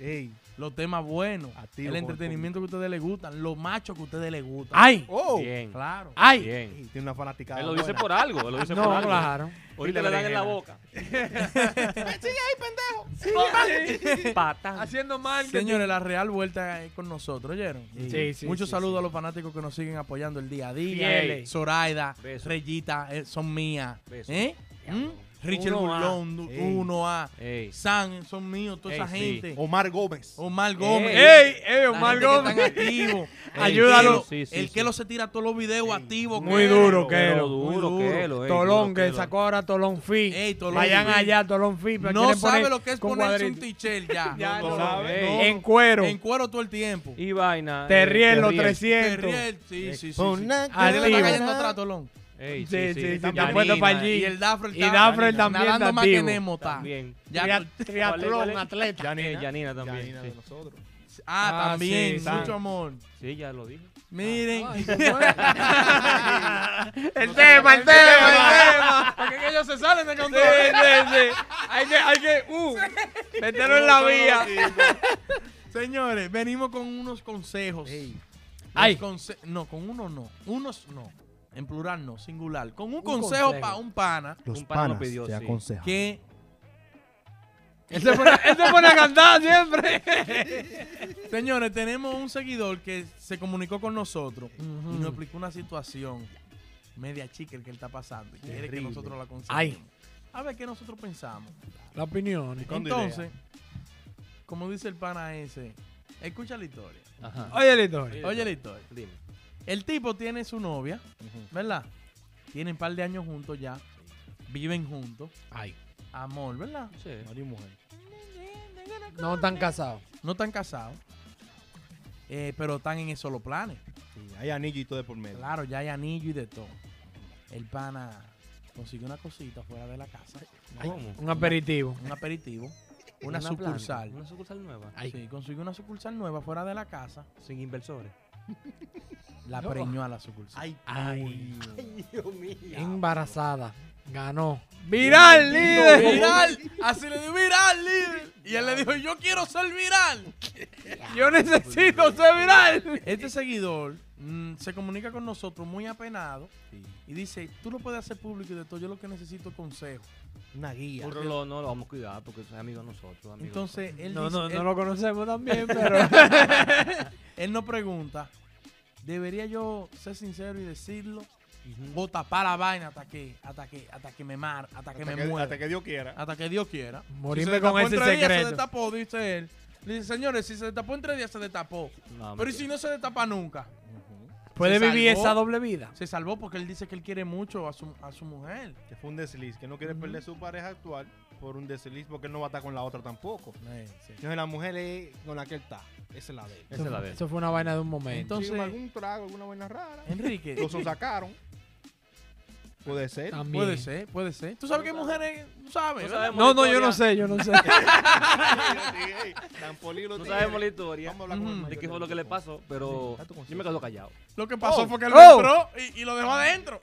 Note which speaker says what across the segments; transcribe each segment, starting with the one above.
Speaker 1: Ey, los temas buenos,
Speaker 2: Activo
Speaker 1: el
Speaker 2: con-
Speaker 1: entretenimiento que a ustedes les gustan, los machos que a ustedes les gustan.
Speaker 3: ¡Ay!
Speaker 2: Oh.
Speaker 4: Bien.
Speaker 1: Claro.
Speaker 3: ¡Ay!
Speaker 4: Bien.
Speaker 2: Tiene una fanaticada.
Speaker 4: Él lo dice
Speaker 2: buena.
Speaker 4: por algo, él lo dice por
Speaker 3: No,
Speaker 4: algo.
Speaker 3: claro.
Speaker 4: Ahorita le dan en la boca. Patas.
Speaker 3: Ah. Haciendo mal.
Speaker 1: Señores, la real vuelta es con nosotros, ¿oyeron?
Speaker 3: Sí, sí,
Speaker 1: Muchos
Speaker 3: sí,
Speaker 1: saludos
Speaker 3: sí.
Speaker 1: a los fanáticos que nos siguen apoyando el día a día.
Speaker 3: Fieles.
Speaker 1: Zoraida,
Speaker 4: Besos.
Speaker 1: Reyita, eh, son mías.
Speaker 4: Besos.
Speaker 1: ¿Eh? ¿Mm? Richard
Speaker 3: 1A.
Speaker 1: Burlón, du-
Speaker 4: Ey.
Speaker 1: 1A,
Speaker 4: Ey.
Speaker 1: San, son míos, toda
Speaker 4: Ey,
Speaker 1: esa
Speaker 4: sí.
Speaker 1: gente.
Speaker 2: Omar Gómez.
Speaker 1: Omar Gómez.
Speaker 3: ¡Ey! ¡Ey,
Speaker 1: La
Speaker 3: Omar
Speaker 1: gente que
Speaker 3: Gómez!
Speaker 1: están activos. El
Speaker 3: Ayúdalo.
Speaker 1: Kelo,
Speaker 4: Sí, sí,
Speaker 1: el
Speaker 4: sí.
Speaker 1: que lo se tira todos los videos activos.
Speaker 3: Muy
Speaker 1: Kelo.
Speaker 3: duro,
Speaker 4: Kelo,
Speaker 3: Kelo.
Speaker 4: duro,
Speaker 3: muy
Speaker 4: Kelo, ey,
Speaker 3: Tolón,
Speaker 4: duro,
Speaker 3: que
Speaker 4: Kelo.
Speaker 3: sacó ahora Tolón Fi.
Speaker 1: Ey, Tolón
Speaker 3: Vayan
Speaker 1: Fi.
Speaker 3: allá, Tolón Fi. pero
Speaker 1: No
Speaker 3: quieren
Speaker 1: sabe
Speaker 3: poner
Speaker 1: lo que es
Speaker 3: con
Speaker 1: ponerse
Speaker 3: cuadrito.
Speaker 1: un t-shirt ya.
Speaker 3: Ya
Speaker 1: No,
Speaker 3: lo
Speaker 1: no,
Speaker 3: sabe.
Speaker 1: no.
Speaker 3: En cuero.
Speaker 1: En cuero todo el tiempo.
Speaker 4: Y vaina.
Speaker 3: Te
Speaker 4: eh,
Speaker 3: ríen los
Speaker 4: ríen.
Speaker 3: 300.
Speaker 1: Terriel, sí, sí, sí. sí. Ah,
Speaker 2: Una
Speaker 1: A él le está
Speaker 3: Activo.
Speaker 1: cayendo atrás, Tolón.
Speaker 4: Ey,
Speaker 3: Sí, sí, sí,
Speaker 4: también. eh,
Speaker 3: ya puesto para allí.
Speaker 1: Y el Dafro
Speaker 3: Y Dafre también
Speaker 1: nadando
Speaker 3: está
Speaker 1: más que
Speaker 3: activo.
Speaker 1: Nemo está.
Speaker 4: También.
Speaker 1: Ya- ah,
Speaker 3: Tria-
Speaker 4: ¿Cuál es,
Speaker 3: Triatlón,
Speaker 4: cuál es?
Speaker 3: atleta.
Speaker 4: Eh, Yanina también.
Speaker 2: Yanina
Speaker 4: sí.
Speaker 2: de nosotros.
Speaker 1: ah,
Speaker 3: Ah,
Speaker 1: también.
Speaker 3: sí,
Speaker 1: mucho
Speaker 3: sí.
Speaker 1: amor.
Speaker 4: Sí, ya lo dije.
Speaker 1: Miren.
Speaker 3: El tema, el tema, el tema.
Speaker 1: Porque ellos se salen de
Speaker 3: Sí, sí, sí. Hay que, hay que, uh, meterlo en la vía.
Speaker 1: Señores, venimos con unos consejos. Los
Speaker 3: Ay.
Speaker 1: conse- no, con uno no. Unos no. En plural no, singular. Con un,
Speaker 4: Un
Speaker 1: consejo,
Speaker 4: consejo.
Speaker 1: para un pana
Speaker 2: Los
Speaker 4: Un pana lo
Speaker 2: panas
Speaker 4: pidió,
Speaker 2: te
Speaker 4: sí.
Speaker 2: aconsejan.
Speaker 1: que
Speaker 3: Él se pone, él se pone a cantar siempre.
Speaker 1: Señores, tenemos un seguidor que se comunicó con nosotros y nos explicó una situación media chica que él está pasando y quiere que
Speaker 2: Terrible.
Speaker 1: nosotros la aconsejemos.
Speaker 3: Ay.
Speaker 1: A ver qué nosotros pensamos.
Speaker 3: La opinión.
Speaker 2: Buscando
Speaker 1: Entonces, como dice el pana ese, escucha la historia.
Speaker 4: Ajá.
Speaker 3: Oye, Lito. Sí,
Speaker 1: Oye la historia.
Speaker 4: Dime.
Speaker 1: El tipo tiene su novia, ¿verdad? Tienen un par de años juntos ya. Viven juntos.
Speaker 2: Ay.
Speaker 1: Amor, ¿verdad?
Speaker 4: Sí.
Speaker 2: Marido y mujer.
Speaker 3: No están casados.
Speaker 1: No están casados. eh, pero están en esos los planes.
Speaker 2: Sí, hay anillo y todo de por medio.
Speaker 1: Claro, ya hay anillo y de todo. El pana consiguió una cosita fuera de la casa,
Speaker 4: ¿Cómo?
Speaker 3: Un aperitivo.
Speaker 1: un aperitivo, una,
Speaker 4: planta,
Speaker 1: sucursal.
Speaker 4: Una sucursal nueva.
Speaker 1: Sí, consiguió una sucursal nueva fuera de la casa,
Speaker 4: Sin inversores.
Speaker 1: la
Speaker 4: No.
Speaker 1: preñó a la sucursal.
Speaker 2: Ay,
Speaker 3: Ay.
Speaker 4: Dios mío.
Speaker 3: Embarazada. Ganó. Viral, líder.
Speaker 1: ¡Viral! Así le dijo, viral, líder. Y él le dijo, yo quiero ser viral.
Speaker 3: Yo necesito ser viral.
Speaker 1: Este seguidor mm, se comunica con nosotros muy apenado
Speaker 2: sí.
Speaker 1: y dice, tú lo puedes hacer público y de todo, yo lo que necesito es consejo.
Speaker 2: Una guía.
Speaker 4: Nosotros lo- no lo vamos a cuidar porque es amigo de nosotros. amigo de
Speaker 1: Entonces, él
Speaker 3: No,
Speaker 1: dice-
Speaker 3: no, no
Speaker 1: él-
Speaker 3: lo conocemos también, pero.
Speaker 1: Él nos pregunta, ¿debería yo ser sincero y decirlo?
Speaker 4: Ujú.
Speaker 1: O tapar la vaina hasta que, hasta que, hasta que me mar, hasta que
Speaker 2: Hasta
Speaker 1: me
Speaker 2: que-
Speaker 1: muera.
Speaker 2: Hasta que Dios quiera.
Speaker 4: Ah.
Speaker 1: Hasta que Dios quiera.
Speaker 3: Morirme
Speaker 1: le
Speaker 3: con
Speaker 1: tapó
Speaker 3: ese
Speaker 1: entre días, se
Speaker 3: secreto.
Speaker 1: destapó, dice él. Le dice, señores, si se destapó entre días, se destapó.
Speaker 4: nosotros. No,
Speaker 1: Pero ¿y
Speaker 4: mentira.
Speaker 1: si no se destapa nunca?
Speaker 3: ¿Puede
Speaker 1: Se
Speaker 3: vivir
Speaker 1: salvó.
Speaker 3: esa doble vida?
Speaker 1: Se salvó porque él dice que él quiere mucho a su, a su mujer.
Speaker 2: Que fue un desliz. Que no quiere perder su pareja actual por un desliz porque él no va a estar con la otra tampoco. Entonces la mujer es con la que él está. Esa es la de él.
Speaker 4: Esa es la de él.
Speaker 3: Eso fue una vaina de un momento.
Speaker 1: Entonces-
Speaker 2: Sí, algún trago, alguna vaina rara.
Speaker 1: Enrique,
Speaker 2: Los sacaron. Puede ser.
Speaker 3: También.
Speaker 1: puede ser, puede ser. Tú sabes que hay mujeres, tú sabes.
Speaker 4: No
Speaker 1: ¿verdad?
Speaker 4: sabemos
Speaker 3: No,
Speaker 4: la
Speaker 3: no, yo
Speaker 4: historia.
Speaker 3: no sé, yo no sé.
Speaker 2: Tan
Speaker 4: No
Speaker 2: políglota.
Speaker 4: sabemos la historia.
Speaker 2: Vamos a hablar con el
Speaker 1: Mm.
Speaker 4: de
Speaker 2: mayor
Speaker 4: qué fue lo
Speaker 2: del
Speaker 4: que le
Speaker 2: grupo.
Speaker 4: pasó, pero
Speaker 2: Sí, está tu consejo.
Speaker 4: yo me quedo callado.
Speaker 1: Lo que pasó
Speaker 2: Oh,
Speaker 1: fue que él
Speaker 3: oh.
Speaker 1: entró y, y lo
Speaker 4: Ah.
Speaker 1: dejó adentro.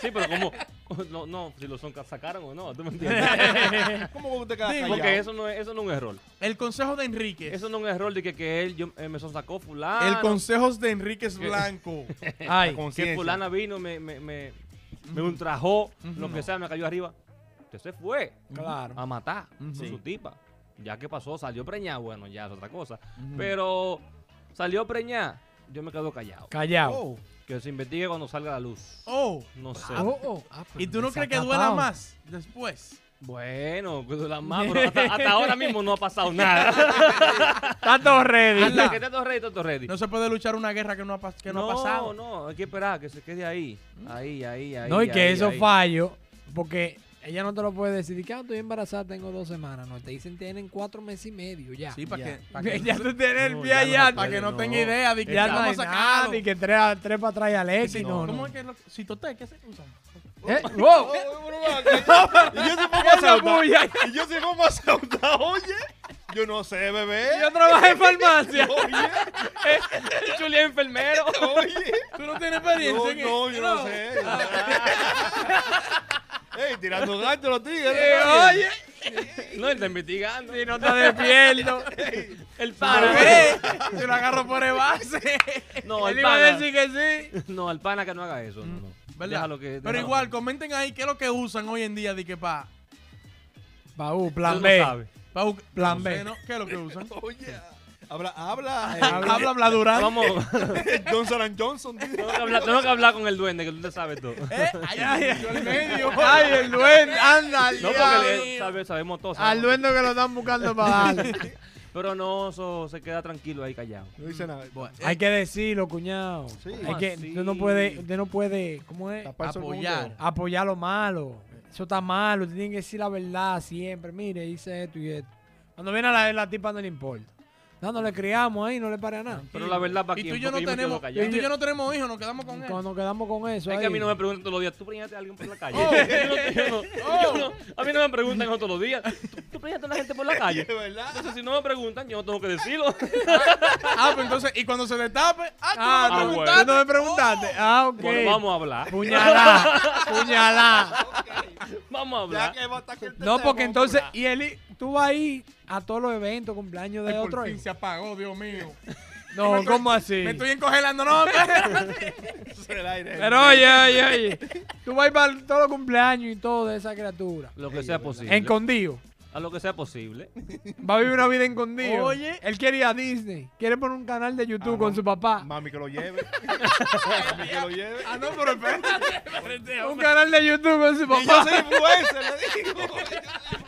Speaker 4: Sí, pero como no, no, si lo son sacaron o no, ¿tú me entiendes?
Speaker 2: ¿Cómo usted queda
Speaker 1: Sí,
Speaker 2: callado?
Speaker 4: Porque eso no es, eso no es un error.
Speaker 1: El consejo de Enrique.
Speaker 4: Eso no es un error de que, que él yo, eh, me sonsacó fulano.
Speaker 1: El consejo es de Enríquez Blanco.
Speaker 2: La
Speaker 3: Ay,
Speaker 4: que
Speaker 2: conciencia.
Speaker 4: fulana vino, me, me, me, me ultrajó, lo que
Speaker 1: No.
Speaker 4: sea, me cayó arriba. Usted se fue
Speaker 5: Ah.
Speaker 3: claro.
Speaker 4: a matar con
Speaker 1: Sí.
Speaker 4: su tipa. Ya que pasó, salió preñada, bueno, ya es otra cosa. Pero salió preñada, yo me quedo callado.
Speaker 3: Callado.
Speaker 2: Oh,
Speaker 4: Que se investigue cuando salga la luz.
Speaker 1: Oh,
Speaker 4: No sé.
Speaker 3: Oh, oh. Ah, pero
Speaker 1: ¿y tú no crees que
Speaker 3: desacatado.
Speaker 1: duela más después?
Speaker 4: Bueno, pues, la más, pero hasta, hasta ahora mismo no ha pasado nada.
Speaker 3: Está todo ready.
Speaker 4: Hasta que esté todo ready, está todo ready.
Speaker 1: No se puede luchar una guerra que no ha, pas- que no, ha pasado. Mm.
Speaker 4: No, no, hay que esperar que se quede ahí. Ahí, ahí, ahí.
Speaker 3: No, y que
Speaker 4: ahí,
Speaker 3: esos
Speaker 4: ahí.
Speaker 3: fallos, porque
Speaker 5: Ella no te lo puede decir. Y que, ah, estoy embarazada, tengo dos semanas. No, te dicen tienen cuatro meses y medio ya.
Speaker 1: Sí, para
Speaker 2: Ya.
Speaker 1: que, pa' que,
Speaker 3: ya tú tienes el
Speaker 2: No,
Speaker 3: pie
Speaker 2: ya no
Speaker 3: allá.
Speaker 1: pa' que no,
Speaker 2: No.
Speaker 1: tenga idea de que
Speaker 5: Ya
Speaker 1: no
Speaker 5: no
Speaker 1: vamos
Speaker 5: hay
Speaker 1: a sacar.
Speaker 5: nada. Y que tres, a- tres para atrás y al X.
Speaker 1: Sí,
Speaker 5: no, no.
Speaker 1: ¿Cómo es que es lo Citotec, ¿qué se usa?
Speaker 5: Eh, wow.
Speaker 2: Y yo soy
Speaker 3: ¡Es la
Speaker 2: farmacéutico.
Speaker 3: bulla!
Speaker 2: Y yo soy farmacéutico, oye. Yo no sé, bebé.
Speaker 3: Yo trabajé en farmacia.
Speaker 2: Oye,
Speaker 3: Chuli es enfermero.
Speaker 2: oye.
Speaker 1: ¿Tú no tienes
Speaker 2: No,
Speaker 1: experiencia? en
Speaker 2: no,
Speaker 1: eso?
Speaker 2: yo no sé. Ey, tirando gato los tigres.
Speaker 3: Eh, oye.
Speaker 4: No, él está investigando.
Speaker 3: Si no te despierto.
Speaker 4: El
Speaker 1: Para
Speaker 4: pana.
Speaker 1: ver, yo lo agarro por el base.
Speaker 4: No,
Speaker 3: Él
Speaker 4: el
Speaker 3: iba a
Speaker 4: pana.
Speaker 3: decir que sí.
Speaker 4: No, al pana que no haga eso. No, no.
Speaker 1: Mm, ¿Verdad?
Speaker 4: Déjalo que-
Speaker 1: Pero
Speaker 4: déjalo.
Speaker 1: igual, comenten ahí qué es lo que usan hoy en día de que pa...
Speaker 5: Baú,
Speaker 4: Tú
Speaker 5: plan
Speaker 4: no
Speaker 5: B.
Speaker 4: sabes.
Speaker 1: pa bu-
Speaker 5: Plan
Speaker 1: no sé,
Speaker 5: B.
Speaker 1: ¿no? ¿Qué es lo que usan?
Speaker 2: Oye. Habla, habla. eh,
Speaker 1: habla, habla Durán.
Speaker 4: Vamos,
Speaker 2: Johnson and Johnson. tío.
Speaker 4: tengo que, hablar, tengo que hablar con el duende, que tú te sabes todo. No,
Speaker 1: Eh, ay, ay, al medio.
Speaker 3: Ay, el duende. Anda, al
Speaker 4: porque le- sabe- sabemos todo.
Speaker 3: Al
Speaker 4: sabemos todo.
Speaker 3: duende que lo están buscando para darle.
Speaker 4: Pero no, eso se queda tranquilo ahí callado.
Speaker 2: No dice nada.
Speaker 1: Bueno, eh,
Speaker 5: Hay que decirlo, cuñado.
Speaker 2: Sí.
Speaker 5: Hay que,
Speaker 4: Así.
Speaker 5: usted no puede, usted no puede, ¿cómo es?
Speaker 2: Taparse el
Speaker 1: apoyar.
Speaker 2: mundo.
Speaker 5: Apoyar lo malo. Eso está malo. Usted tiene que decir la verdad siempre. Mire, hice esto y esto. Cuando viene a la, la tipa no le importa. No, no le criamos ahí, no le para nada.
Speaker 4: Pero la verdad, ¿para
Speaker 1: y tú
Speaker 4: quién?
Speaker 1: y yo no
Speaker 4: Porque yo me
Speaker 1: tenemos,
Speaker 4: quedo callado.
Speaker 1: y tú y yo no tenemos hijos, nos quedamos con él.
Speaker 5: Cuando nos quedamos con eso.
Speaker 4: Es
Speaker 5: ahí.
Speaker 4: que a mí no me preguntan todos los días, ¿tú preñaste a alguien por la calle?
Speaker 1: Oh.
Speaker 4: Yo no- yo no- yo no- a mí no me preguntan eso todos los días. ¿Tú, tú preñaste a la gente por la calle?
Speaker 2: De verdad.
Speaker 4: Entonces, si no me preguntan, yo no tengo que decirlo.
Speaker 1: Ah, pues entonces, y cuando se destape, ah,
Speaker 5: Ah,
Speaker 1: tú no me
Speaker 4: ah, bueno.
Speaker 1: preguntaste. Oh.
Speaker 5: Tú no me preguntaste. Ah, ok.
Speaker 4: Bueno, vamos a hablar.
Speaker 5: Puñalá. Puñalá.
Speaker 4: Vamos a
Speaker 2: Ya
Speaker 4: hablar.
Speaker 2: que va a estar que el
Speaker 5: No,
Speaker 2: teteo,
Speaker 5: porque
Speaker 2: vamos a
Speaker 5: entonces, y él, tú vas ahí a todos los eventos, cumpleaños de
Speaker 1: Ay,
Speaker 5: otro.
Speaker 1: por fin se apagó, Dios mío.
Speaker 5: No, ¿cómo así?
Speaker 1: Me estoy encogelando, no, espérate.
Speaker 2: curar el aire.
Speaker 5: Pero oye, oye, oye. Tú vas a ir para todos los cumpleaños y todo de esa criatura.
Speaker 4: Lo que sea posible.
Speaker 5: Encondido.
Speaker 4: A lo que sea posible.
Speaker 5: Va a vivir una vida escondido.
Speaker 1: Oye.
Speaker 5: Él quiere ir a Disney. Quiere poner un canal de YouTube
Speaker 2: Ah,
Speaker 5: con
Speaker 2: no.
Speaker 5: su papá.
Speaker 2: Mami que lo lleve. Mami que lo lleve.
Speaker 1: Ah, no, pero espérate.
Speaker 5: Un canal de YouTube con su
Speaker 2: Y yo
Speaker 5: papá.
Speaker 2: soy influencer, le digo.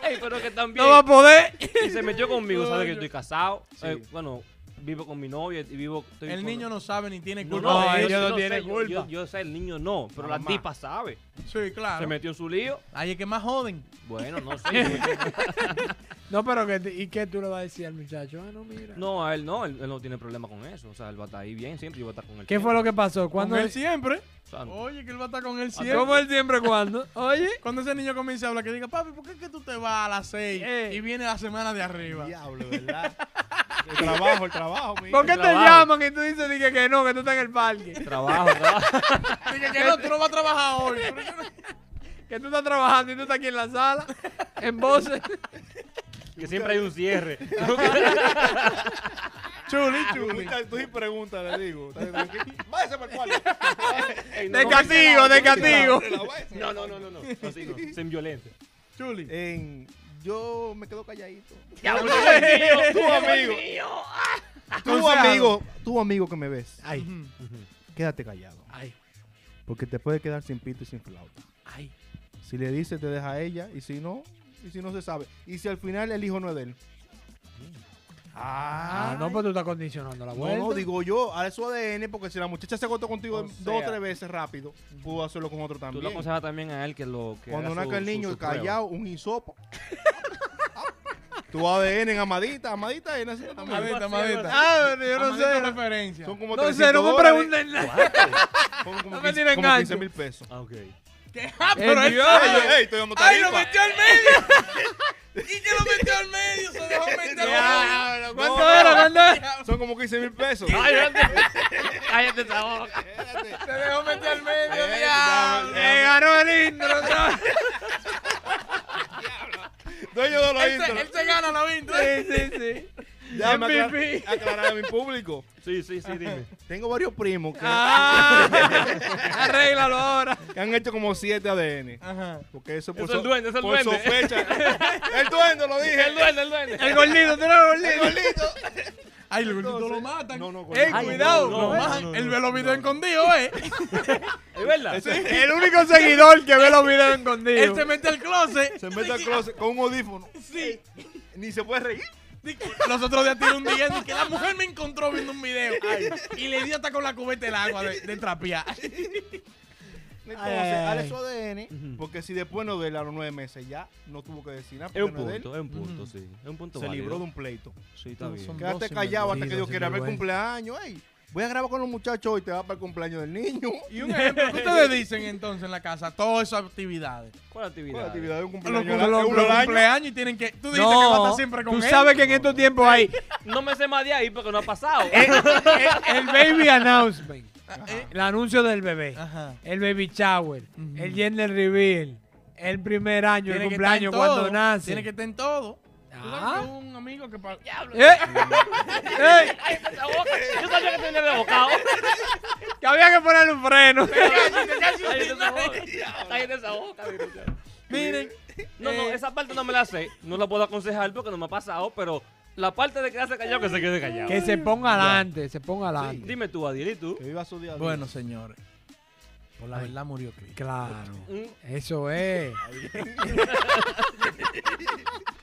Speaker 4: Ey, pero que también.
Speaker 5: No va a poder.
Speaker 4: Y se metió conmigo, ¿sabes? Que yo estoy casado.
Speaker 2: Sí.
Speaker 4: Eh, bueno, vivo con mi novia y vivo. estoy
Speaker 1: El
Speaker 4: con-
Speaker 1: niño no sabe ni tiene
Speaker 4: No,
Speaker 1: culpa.
Speaker 4: no,
Speaker 5: No,
Speaker 4: yo-
Speaker 5: ellos
Speaker 4: yo
Speaker 5: no
Speaker 4: sé,
Speaker 5: tienen
Speaker 4: yo-
Speaker 5: culpa.
Speaker 4: Yo, yo sé, el niño no, pero
Speaker 2: La
Speaker 4: la,
Speaker 2: mamá.
Speaker 4: tipa sabe.
Speaker 1: Sí, claro.
Speaker 4: Se metió en su lío.
Speaker 1: Ahí es que más joden.
Speaker 4: Bueno, no sé.
Speaker 5: No, pero que, te- ¿y qué tú le vas a decir al muchacho? Ah, no, mira.
Speaker 4: No, a él no, él, él no tiene problema con eso. O sea, él va a estar ahí bien siempre y va a estar con él.
Speaker 5: ¿Qué fue lo que pasó?
Speaker 1: Con
Speaker 5: ¿Cuándo
Speaker 1: él siempre.
Speaker 4: que.? O sea, no.
Speaker 1: Oye, que él va a estar con él siempre.
Speaker 5: ¿Cómo él siempre cuando? Oye.
Speaker 1: Cuando ese niño comience a hablar, que diga, papi, ¿por qué es que tú te vas a las seis
Speaker 5: Eh.
Speaker 1: y viene la semana de arriba?
Speaker 2: Diablo, ¿verdad? El trabajo, el trabajo, mi
Speaker 5: ¿Por qué te
Speaker 4: trabajo.
Speaker 5: llaman y tú dices dije, que no, que tú estás en el parque?
Speaker 4: Trabajo, trabajo.
Speaker 1: Diga que no, tú no vas a trabajar hoy. Pero yo no-
Speaker 5: Que tú estás trabajando y tú estás aquí en la sala, en voces.
Speaker 4: que siempre hay un cierre.
Speaker 1: Chuli, chuli.
Speaker 2: Pregunta, tú y pregunta, le digo. Váyase para el cuarto.
Speaker 4: Ey, no,
Speaker 5: De
Speaker 4: no,
Speaker 5: castigo, de castigo.
Speaker 4: No, no, no, no, no. Así no. Sin violencia.
Speaker 1: Chuli.
Speaker 2: En, yo me quedo calladito.
Speaker 4: Diablo,
Speaker 2: Tu amigo. Tu
Speaker 1: Aconsejado.
Speaker 2: amigo, tu amigo que me ves.
Speaker 1: Ujú.
Speaker 2: Quédate callado. Porque te puede quedar sin pito y sin flauta. Si le dices, te deja a ella. Y si no, y si no se sabe. Y si al final el hijo no es de él.
Speaker 5: Ah, no, pues tú estás condicionando la
Speaker 2: No,
Speaker 5: vuelta.
Speaker 2: no, digo yo, a su ADN, porque si la muchacha se acostó contigo
Speaker 4: O
Speaker 2: dos o
Speaker 4: sea.
Speaker 2: tres veces rápido, pudo hacerlo con otro
Speaker 4: Tú
Speaker 2: también.
Speaker 4: lo aconsejas también a él que lo. Que
Speaker 2: Cuando
Speaker 4: haga su-
Speaker 2: nace el
Speaker 4: su-
Speaker 2: niño,
Speaker 4: su prueba.
Speaker 2: callado, un hisopo. tu ADN en amadita, amadita, y en esa también.
Speaker 1: Madeta, madeta.
Speaker 5: Ah, pero yo no
Speaker 1: Amadita
Speaker 5: sé.
Speaker 1: referencia.
Speaker 2: Son como
Speaker 5: No
Speaker 2: 300
Speaker 5: sé, no me
Speaker 2: dólares,
Speaker 5: pregunten nada.
Speaker 2: Son como
Speaker 5: no me tiren
Speaker 2: como 15
Speaker 5: gancho.
Speaker 2: mil pesos.
Speaker 4: Ah, ok.
Speaker 1: ¿Qué? Ah, pero
Speaker 5: El
Speaker 1: él
Speaker 5: Dios.
Speaker 1: sabe.
Speaker 2: Ey, ey, estoy dando
Speaker 1: ¡Ay, lo
Speaker 2: tarifa.
Speaker 1: metió al medio! ¿Y que lo metió al medio? Se dejó meter al medio.
Speaker 5: Diablo,
Speaker 2: No,
Speaker 5: ¿Cuánto
Speaker 2: Oh, no.
Speaker 5: era? ¿Cuánto era?
Speaker 2: Son como 15 mil pesos.
Speaker 4: Ay, cállate. Cállate esa boca.
Speaker 2: Espérate.
Speaker 1: Se dejó meter al medio,
Speaker 2: Espérate,
Speaker 1: diablo. Eh,
Speaker 5: Le ganó el intro. otra vez.
Speaker 2: Dueño de los
Speaker 1: Él se, él
Speaker 2: intros.
Speaker 1: se gana la intro.
Speaker 5: Sí, sí, sí.
Speaker 2: Ya me
Speaker 5: MVP.
Speaker 2: aclar- aclarar a mi público.
Speaker 4: Sí, sí, sí, dime.
Speaker 2: Tengo varios primos que,
Speaker 5: Ah, arréglalo ahora.
Speaker 2: que han hecho como 7 ADN.
Speaker 1: Ajá.
Speaker 2: Porque eso por,
Speaker 4: Es el
Speaker 2: so-
Speaker 4: duende, es el
Speaker 2: por
Speaker 4: duende.
Speaker 2: sospecha. el duende, lo dije.
Speaker 4: El duende, el duende.
Speaker 5: El gordito, tú eres el gordito.
Speaker 1: Ay, el gordito
Speaker 2: Entonces-
Speaker 1: lo matan.
Speaker 2: No, no,
Speaker 5: Ey,
Speaker 2: gordito,
Speaker 5: cuidado.
Speaker 4: no, no,
Speaker 1: lo
Speaker 5: eh.
Speaker 1: matan. Él ve los videos escondidos, ¿eh?
Speaker 4: Es verdad.
Speaker 5: El único seguidor que ve los videos escondidos.
Speaker 3: eh.
Speaker 1: Él se mete al closet.
Speaker 2: Se mete al closet con un audífono.
Speaker 1: Sí.
Speaker 2: Ni se puede reír.
Speaker 1: Di- Los otros días tiré un día y que la mujer me encontró viendo un video. Y le dio hasta con la cubeta el agua de, de trapear.
Speaker 2: Entonces,
Speaker 5: ay, ay.
Speaker 2: dale su ADN,
Speaker 4: Ujú.
Speaker 2: porque si después no de él a los nueve meses ya no tuvo que decir nada.
Speaker 4: Es un
Speaker 2: porque no de él.
Speaker 4: punto, es un punto,
Speaker 1: Ujú.
Speaker 4: sí. Es un punto
Speaker 2: Se
Speaker 4: válido.
Speaker 2: libró de un pleito.
Speaker 4: Sí, está bien.
Speaker 1: Son dos
Speaker 2: Quédate callado hasta que
Speaker 5: sinvergüenzas.
Speaker 2: Dios quiera ver el
Speaker 5: Sinvergüenza.
Speaker 2: cumpleaños. Ey, voy a grabar con los muchachos hoy, te va para el cumpleaños del niño.
Speaker 1: Y un ejemplo, ¿qué ustedes dicen entonces en la casa? Todas esas actividades.
Speaker 4: ¿Cuál
Speaker 2: ¿Cuál es la
Speaker 4: actividad?
Speaker 2: actividad de un
Speaker 1: Los,
Speaker 2: cumpleaños?
Speaker 1: los- los
Speaker 2: ¿Un año?
Speaker 1: cumpleaños y tienen que. Tú dices
Speaker 5: No,
Speaker 1: que va a estar siempre con
Speaker 5: tú
Speaker 1: él.
Speaker 5: sabes que en estos tiempos hay
Speaker 4: No me sé más de ahí porque no ha pasado.
Speaker 5: el, el baby announcement,
Speaker 1: eh.
Speaker 5: el anuncio del bebé,
Speaker 1: Ajá.
Speaker 5: el baby shower,
Speaker 1: Ujú.
Speaker 5: el gender reveal, el primer año,
Speaker 1: Tiene
Speaker 5: el
Speaker 1: que estar
Speaker 5: cumpleaños,
Speaker 1: en
Speaker 5: cuando
Speaker 1: todo,
Speaker 5: nace.
Speaker 1: Tiene que estar en todo. Tú sabes que
Speaker 5: Ah.
Speaker 1: un amigo que. pa-
Speaker 5: ¡Eh! ¡Eh!
Speaker 4: Esa boca, Yo sabía que tenía de bocado.
Speaker 5: Que había que ponerle un freno.
Speaker 4: Cállate esa boca. Cállate esa boca.
Speaker 1: Miren.
Speaker 4: No, no,
Speaker 1: eh,
Speaker 4: esa parte no me la sé. No la puedo aconsejar porque no me ha pasado, pero la parte de quedarse callado, que se quede callado.
Speaker 5: Que se ponga adelante, se ponga adelante.
Speaker 4: Dime tú, Adiel, ¿y tú?
Speaker 2: Que viva su día. a día.
Speaker 1: Bueno, señores. Por la verdad murió Cristo.
Speaker 5: Claro.
Speaker 4: Mm,
Speaker 5: Eso es.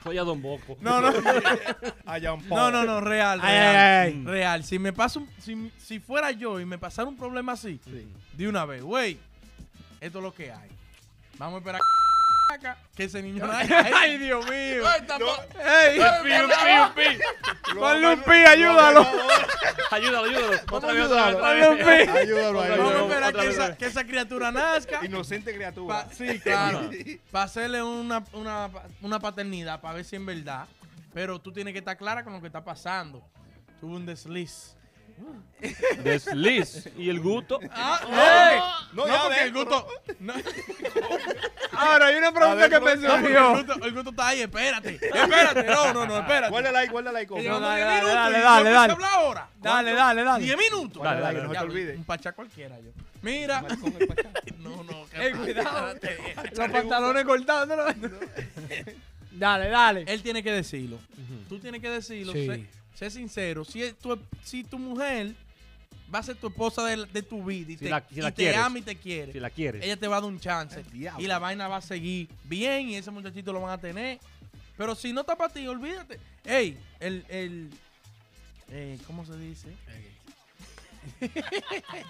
Speaker 4: Soy a Don Boco.
Speaker 1: No, no.
Speaker 2: A Jean Paul.
Speaker 1: No, no, no, real,
Speaker 5: Ay,
Speaker 1: real.
Speaker 5: ay, ay.
Speaker 1: Real. Si me pasa un- si, si fuera yo y me pasara un problema así,
Speaker 2: Sí.
Speaker 1: de una vez, güey, esto es lo que hay. Vamos a esperar acá, que ese niño
Speaker 5: Ay, Dios mío.
Speaker 6: Ay, tampoco-
Speaker 5: Ey,
Speaker 2: Lo
Speaker 5: Ponle un
Speaker 2: vamos a-
Speaker 5: pi,
Speaker 2: lo
Speaker 5: ayúdalo.
Speaker 2: vamos a-
Speaker 4: Ayúdalo, ayúdalo. Otra vez, otra vez,
Speaker 2: ayúdalo.
Speaker 4: otra
Speaker 5: Ponle un
Speaker 4: vez.
Speaker 5: pi.
Speaker 2: Ayúdalo,
Speaker 1: Vamos a
Speaker 4: Otra
Speaker 2: ayúdalo.
Speaker 4: vez,
Speaker 1: esperar que
Speaker 4: otra
Speaker 1: esa,
Speaker 4: vez.
Speaker 1: que esa criatura nazca.
Speaker 2: Inocente criatura.
Speaker 1: Pa- sí, claro. Para hacerle una, una, una paternidad, para ver si en verdad. Pero tú tienes que estar clara con lo que está pasando. Tuve un desliz.
Speaker 4: Desliz. Y el gusto.
Speaker 1: Ah,
Speaker 2: No,
Speaker 1: no,
Speaker 2: ya
Speaker 1: porque
Speaker 2: ves,
Speaker 1: el gusto. no,
Speaker 5: Ahora, hay una pregunta
Speaker 2: A ver,
Speaker 5: que
Speaker 2: no,
Speaker 5: me
Speaker 1: no, porque el
Speaker 5: surgió.
Speaker 1: gusto, el gusto está ahí, espérate. Espérate, no, no, no, espérate.
Speaker 2: Guárdala ahí, guárdala ahí. compa.
Speaker 1: Llevamos
Speaker 5: dale,
Speaker 1: 10
Speaker 5: dale,
Speaker 1: minutos
Speaker 5: dale,
Speaker 1: y yo
Speaker 5: dale,
Speaker 1: empecé a
Speaker 5: dale.
Speaker 1: hablar ahora.
Speaker 5: Dale, dale, dale.
Speaker 1: 10 minutos.
Speaker 2: Guárdala ahí, que no se
Speaker 1: Ya,
Speaker 2: te olvide.
Speaker 1: Un pachá cualquiera yo. Mira. No, no, que-
Speaker 5: Ey, cuidado. Los pantalones cortándolo. Dale, dale.
Speaker 1: Él tiene que decirlo. Tú tienes que decirlo.
Speaker 5: Sí.
Speaker 1: Sé, sé sincero. Si, es tu, si tu mujer va a ser tu esposa de, de tu vida y,
Speaker 4: Si
Speaker 1: te,
Speaker 4: la- si la
Speaker 1: y te
Speaker 4: quieres.
Speaker 1: ama y te quiere,
Speaker 4: Si la quieres.
Speaker 1: ella te va a dar un chance.
Speaker 2: diablo.
Speaker 1: Y la vaina va a seguir bien y ese muchachito lo van a tener. Pero si no está para ti, olvídate. Ey, el... el eh, ¿Cómo se dice?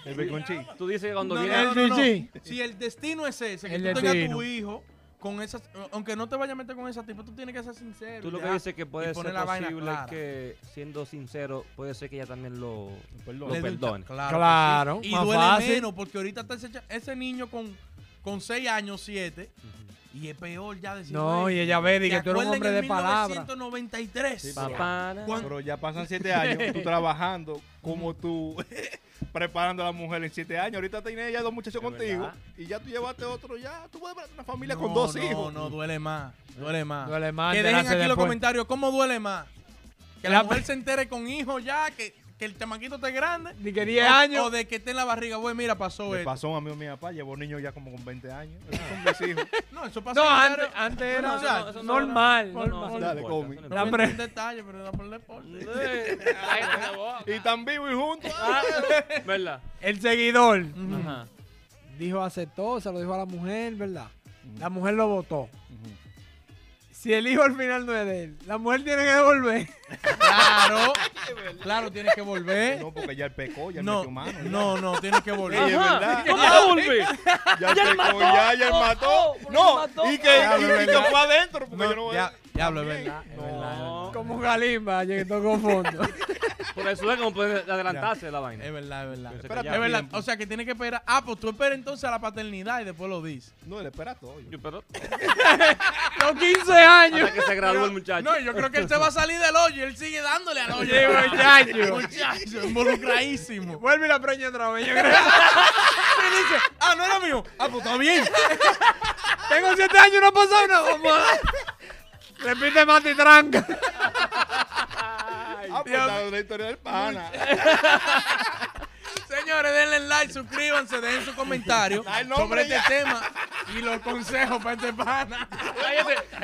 Speaker 2: El beconchín.
Speaker 4: Tú dices que cuando
Speaker 1: No,
Speaker 4: viene.
Speaker 1: no, no,
Speaker 5: El
Speaker 1: no.
Speaker 5: chichi.
Speaker 1: Si el destino es ese, que
Speaker 5: El
Speaker 1: tú tengas
Speaker 5: destino.
Speaker 1: tu hijo, con esas, aunque no te vayas a meter con esa tipa, tú tienes que ser sincero.
Speaker 4: Tú lo
Speaker 1: ya.
Speaker 4: que dices que
Speaker 1: y
Speaker 4: puede
Speaker 1: poner
Speaker 4: ser
Speaker 1: la vaina
Speaker 4: posible
Speaker 1: clara.
Speaker 4: que, siendo sincero, puede ser que ella también lo,
Speaker 2: Perdón.
Speaker 4: Pues lo
Speaker 1: Le doy un
Speaker 4: perdone.
Speaker 1: ta- Claro.
Speaker 5: Claro,
Speaker 1: que sí. Y
Speaker 5: más
Speaker 1: duele
Speaker 5: fácil.
Speaker 1: menos porque ahorita está ese, cha- ese niño con, con 6 años, 7, y es peor ya decir.
Speaker 5: No,
Speaker 1: "Ey,
Speaker 5: y ella ve di
Speaker 1: eh, ¿te
Speaker 5: que tú eres un
Speaker 1: acuerdas
Speaker 5: hombre
Speaker 1: en
Speaker 5: de
Speaker 1: el
Speaker 5: palabras.
Speaker 1: 1993.
Speaker 2: Sí,
Speaker 1: Cuan-
Speaker 4: Papá. na-
Speaker 1: cuando,
Speaker 2: Pero ya pasan siete años, tú trabajando, como tú preparando a la mujer en siete años. Ahorita tienes ya dos
Speaker 4: Es
Speaker 2: muchachos contigo
Speaker 4: verdad.
Speaker 2: y ya tú llevaste otro ya. Tú puedes ver una familia
Speaker 1: No,
Speaker 2: con dos
Speaker 1: no,
Speaker 2: hijos.
Speaker 1: No, duele más. Duele más.
Speaker 5: Duele más,
Speaker 1: Que
Speaker 5: te
Speaker 1: dejen aquí
Speaker 5: nace
Speaker 1: los
Speaker 5: después.
Speaker 1: comentarios. ¿Cómo duele más? Que
Speaker 5: La-
Speaker 1: la mujer se entere con hijos ya, que, que el chamaquito esté grande.
Speaker 5: Ni que 10
Speaker 1: O-
Speaker 5: años.
Speaker 1: O de que esté en la barriga, güey, mira, pasó
Speaker 2: Le
Speaker 1: esto.
Speaker 2: pasó a un amigo de mi papá, llevó niños ya como con 20 años. Esos son mis hijos.
Speaker 1: No, eso pasó.
Speaker 5: No,
Speaker 1: claro.
Speaker 5: antes, antes
Speaker 1: No, no,
Speaker 5: era
Speaker 1: o sea,
Speaker 4: eso no-
Speaker 5: normal.
Speaker 4: No, no,
Speaker 5: normal.
Speaker 4: eso no
Speaker 2: Dale,
Speaker 4: importa,
Speaker 2: comi.
Speaker 4: eso no
Speaker 5: La
Speaker 1: No
Speaker 4: importa.
Speaker 5: pre-
Speaker 1: un detalle, pero era por el deporte.
Speaker 4: Eh, cállate esa boca.
Speaker 2: y están vivos y juntos.
Speaker 4: ¿Verdad?
Speaker 5: El seguidor
Speaker 1: Ujú.
Speaker 4: Ajá.
Speaker 5: dijo aceptó, se lo dijo a la mujer, ¿verdad? La mujer lo votó. Si el hijo al final no es de él, la mujer tiene que devolver.
Speaker 1: Claro, claro, tienes que volver.
Speaker 2: No, porque ya el pecó, ya el
Speaker 1: No,
Speaker 2: metió mano. ya.
Speaker 1: no, no, tienes que
Speaker 2: Ey, es
Speaker 1: volver.
Speaker 2: verdad.
Speaker 4: ¿Cómo la volví?
Speaker 2: Ya el pecó, ya, ya el mató. No, y que,
Speaker 1: Ya, es
Speaker 2: y- y
Speaker 1: verdad.
Speaker 2: que fue adentro, porque yo no
Speaker 1: No,
Speaker 5: pues.
Speaker 2: voy
Speaker 1: ya,
Speaker 2: a-
Speaker 1: ya hablo, es
Speaker 2: También.
Speaker 1: verdad. es verdad,
Speaker 4: No.
Speaker 5: Como Galimba, que tocó fondo.
Speaker 4: Por eso es como puede adelantarse la vaina.
Speaker 1: Es verdad, es verdad.
Speaker 4: Pero se
Speaker 1: Espérate,
Speaker 4: callaba
Speaker 1: es verdad.
Speaker 4: tiempo.
Speaker 1: O sea que tienes que esperar. Ah, pues tú esperas entonces a la paternidad y después lo dices.
Speaker 2: No, le espera todo.
Speaker 4: Yo, pero
Speaker 5: Los 15 años.
Speaker 4: hasta que se graduó el muchacho.
Speaker 1: No, yo creo que él se va a salir del hoyo y él sigue dándole al hoyo.
Speaker 5: Oye, muchacho.
Speaker 1: Muchacho, involucradísimo.
Speaker 5: Vuelve y la preña otra vez. Yo creo.
Speaker 1: Y dice, ah, no era mío. Ah, pues está bien.
Speaker 5: Tengo 7 años, no ha pasado nada. Vamos a dar. Repite Mati Tranca.
Speaker 2: Ah, pues está la historia del pana.
Speaker 1: Señores, denle like, suscríbanse, dejen sus comentarios
Speaker 2: Da el
Speaker 1: sobre
Speaker 2: nombre
Speaker 1: este
Speaker 2: ya.
Speaker 1: tema y los consejos para este pana.
Speaker 4: Cállate,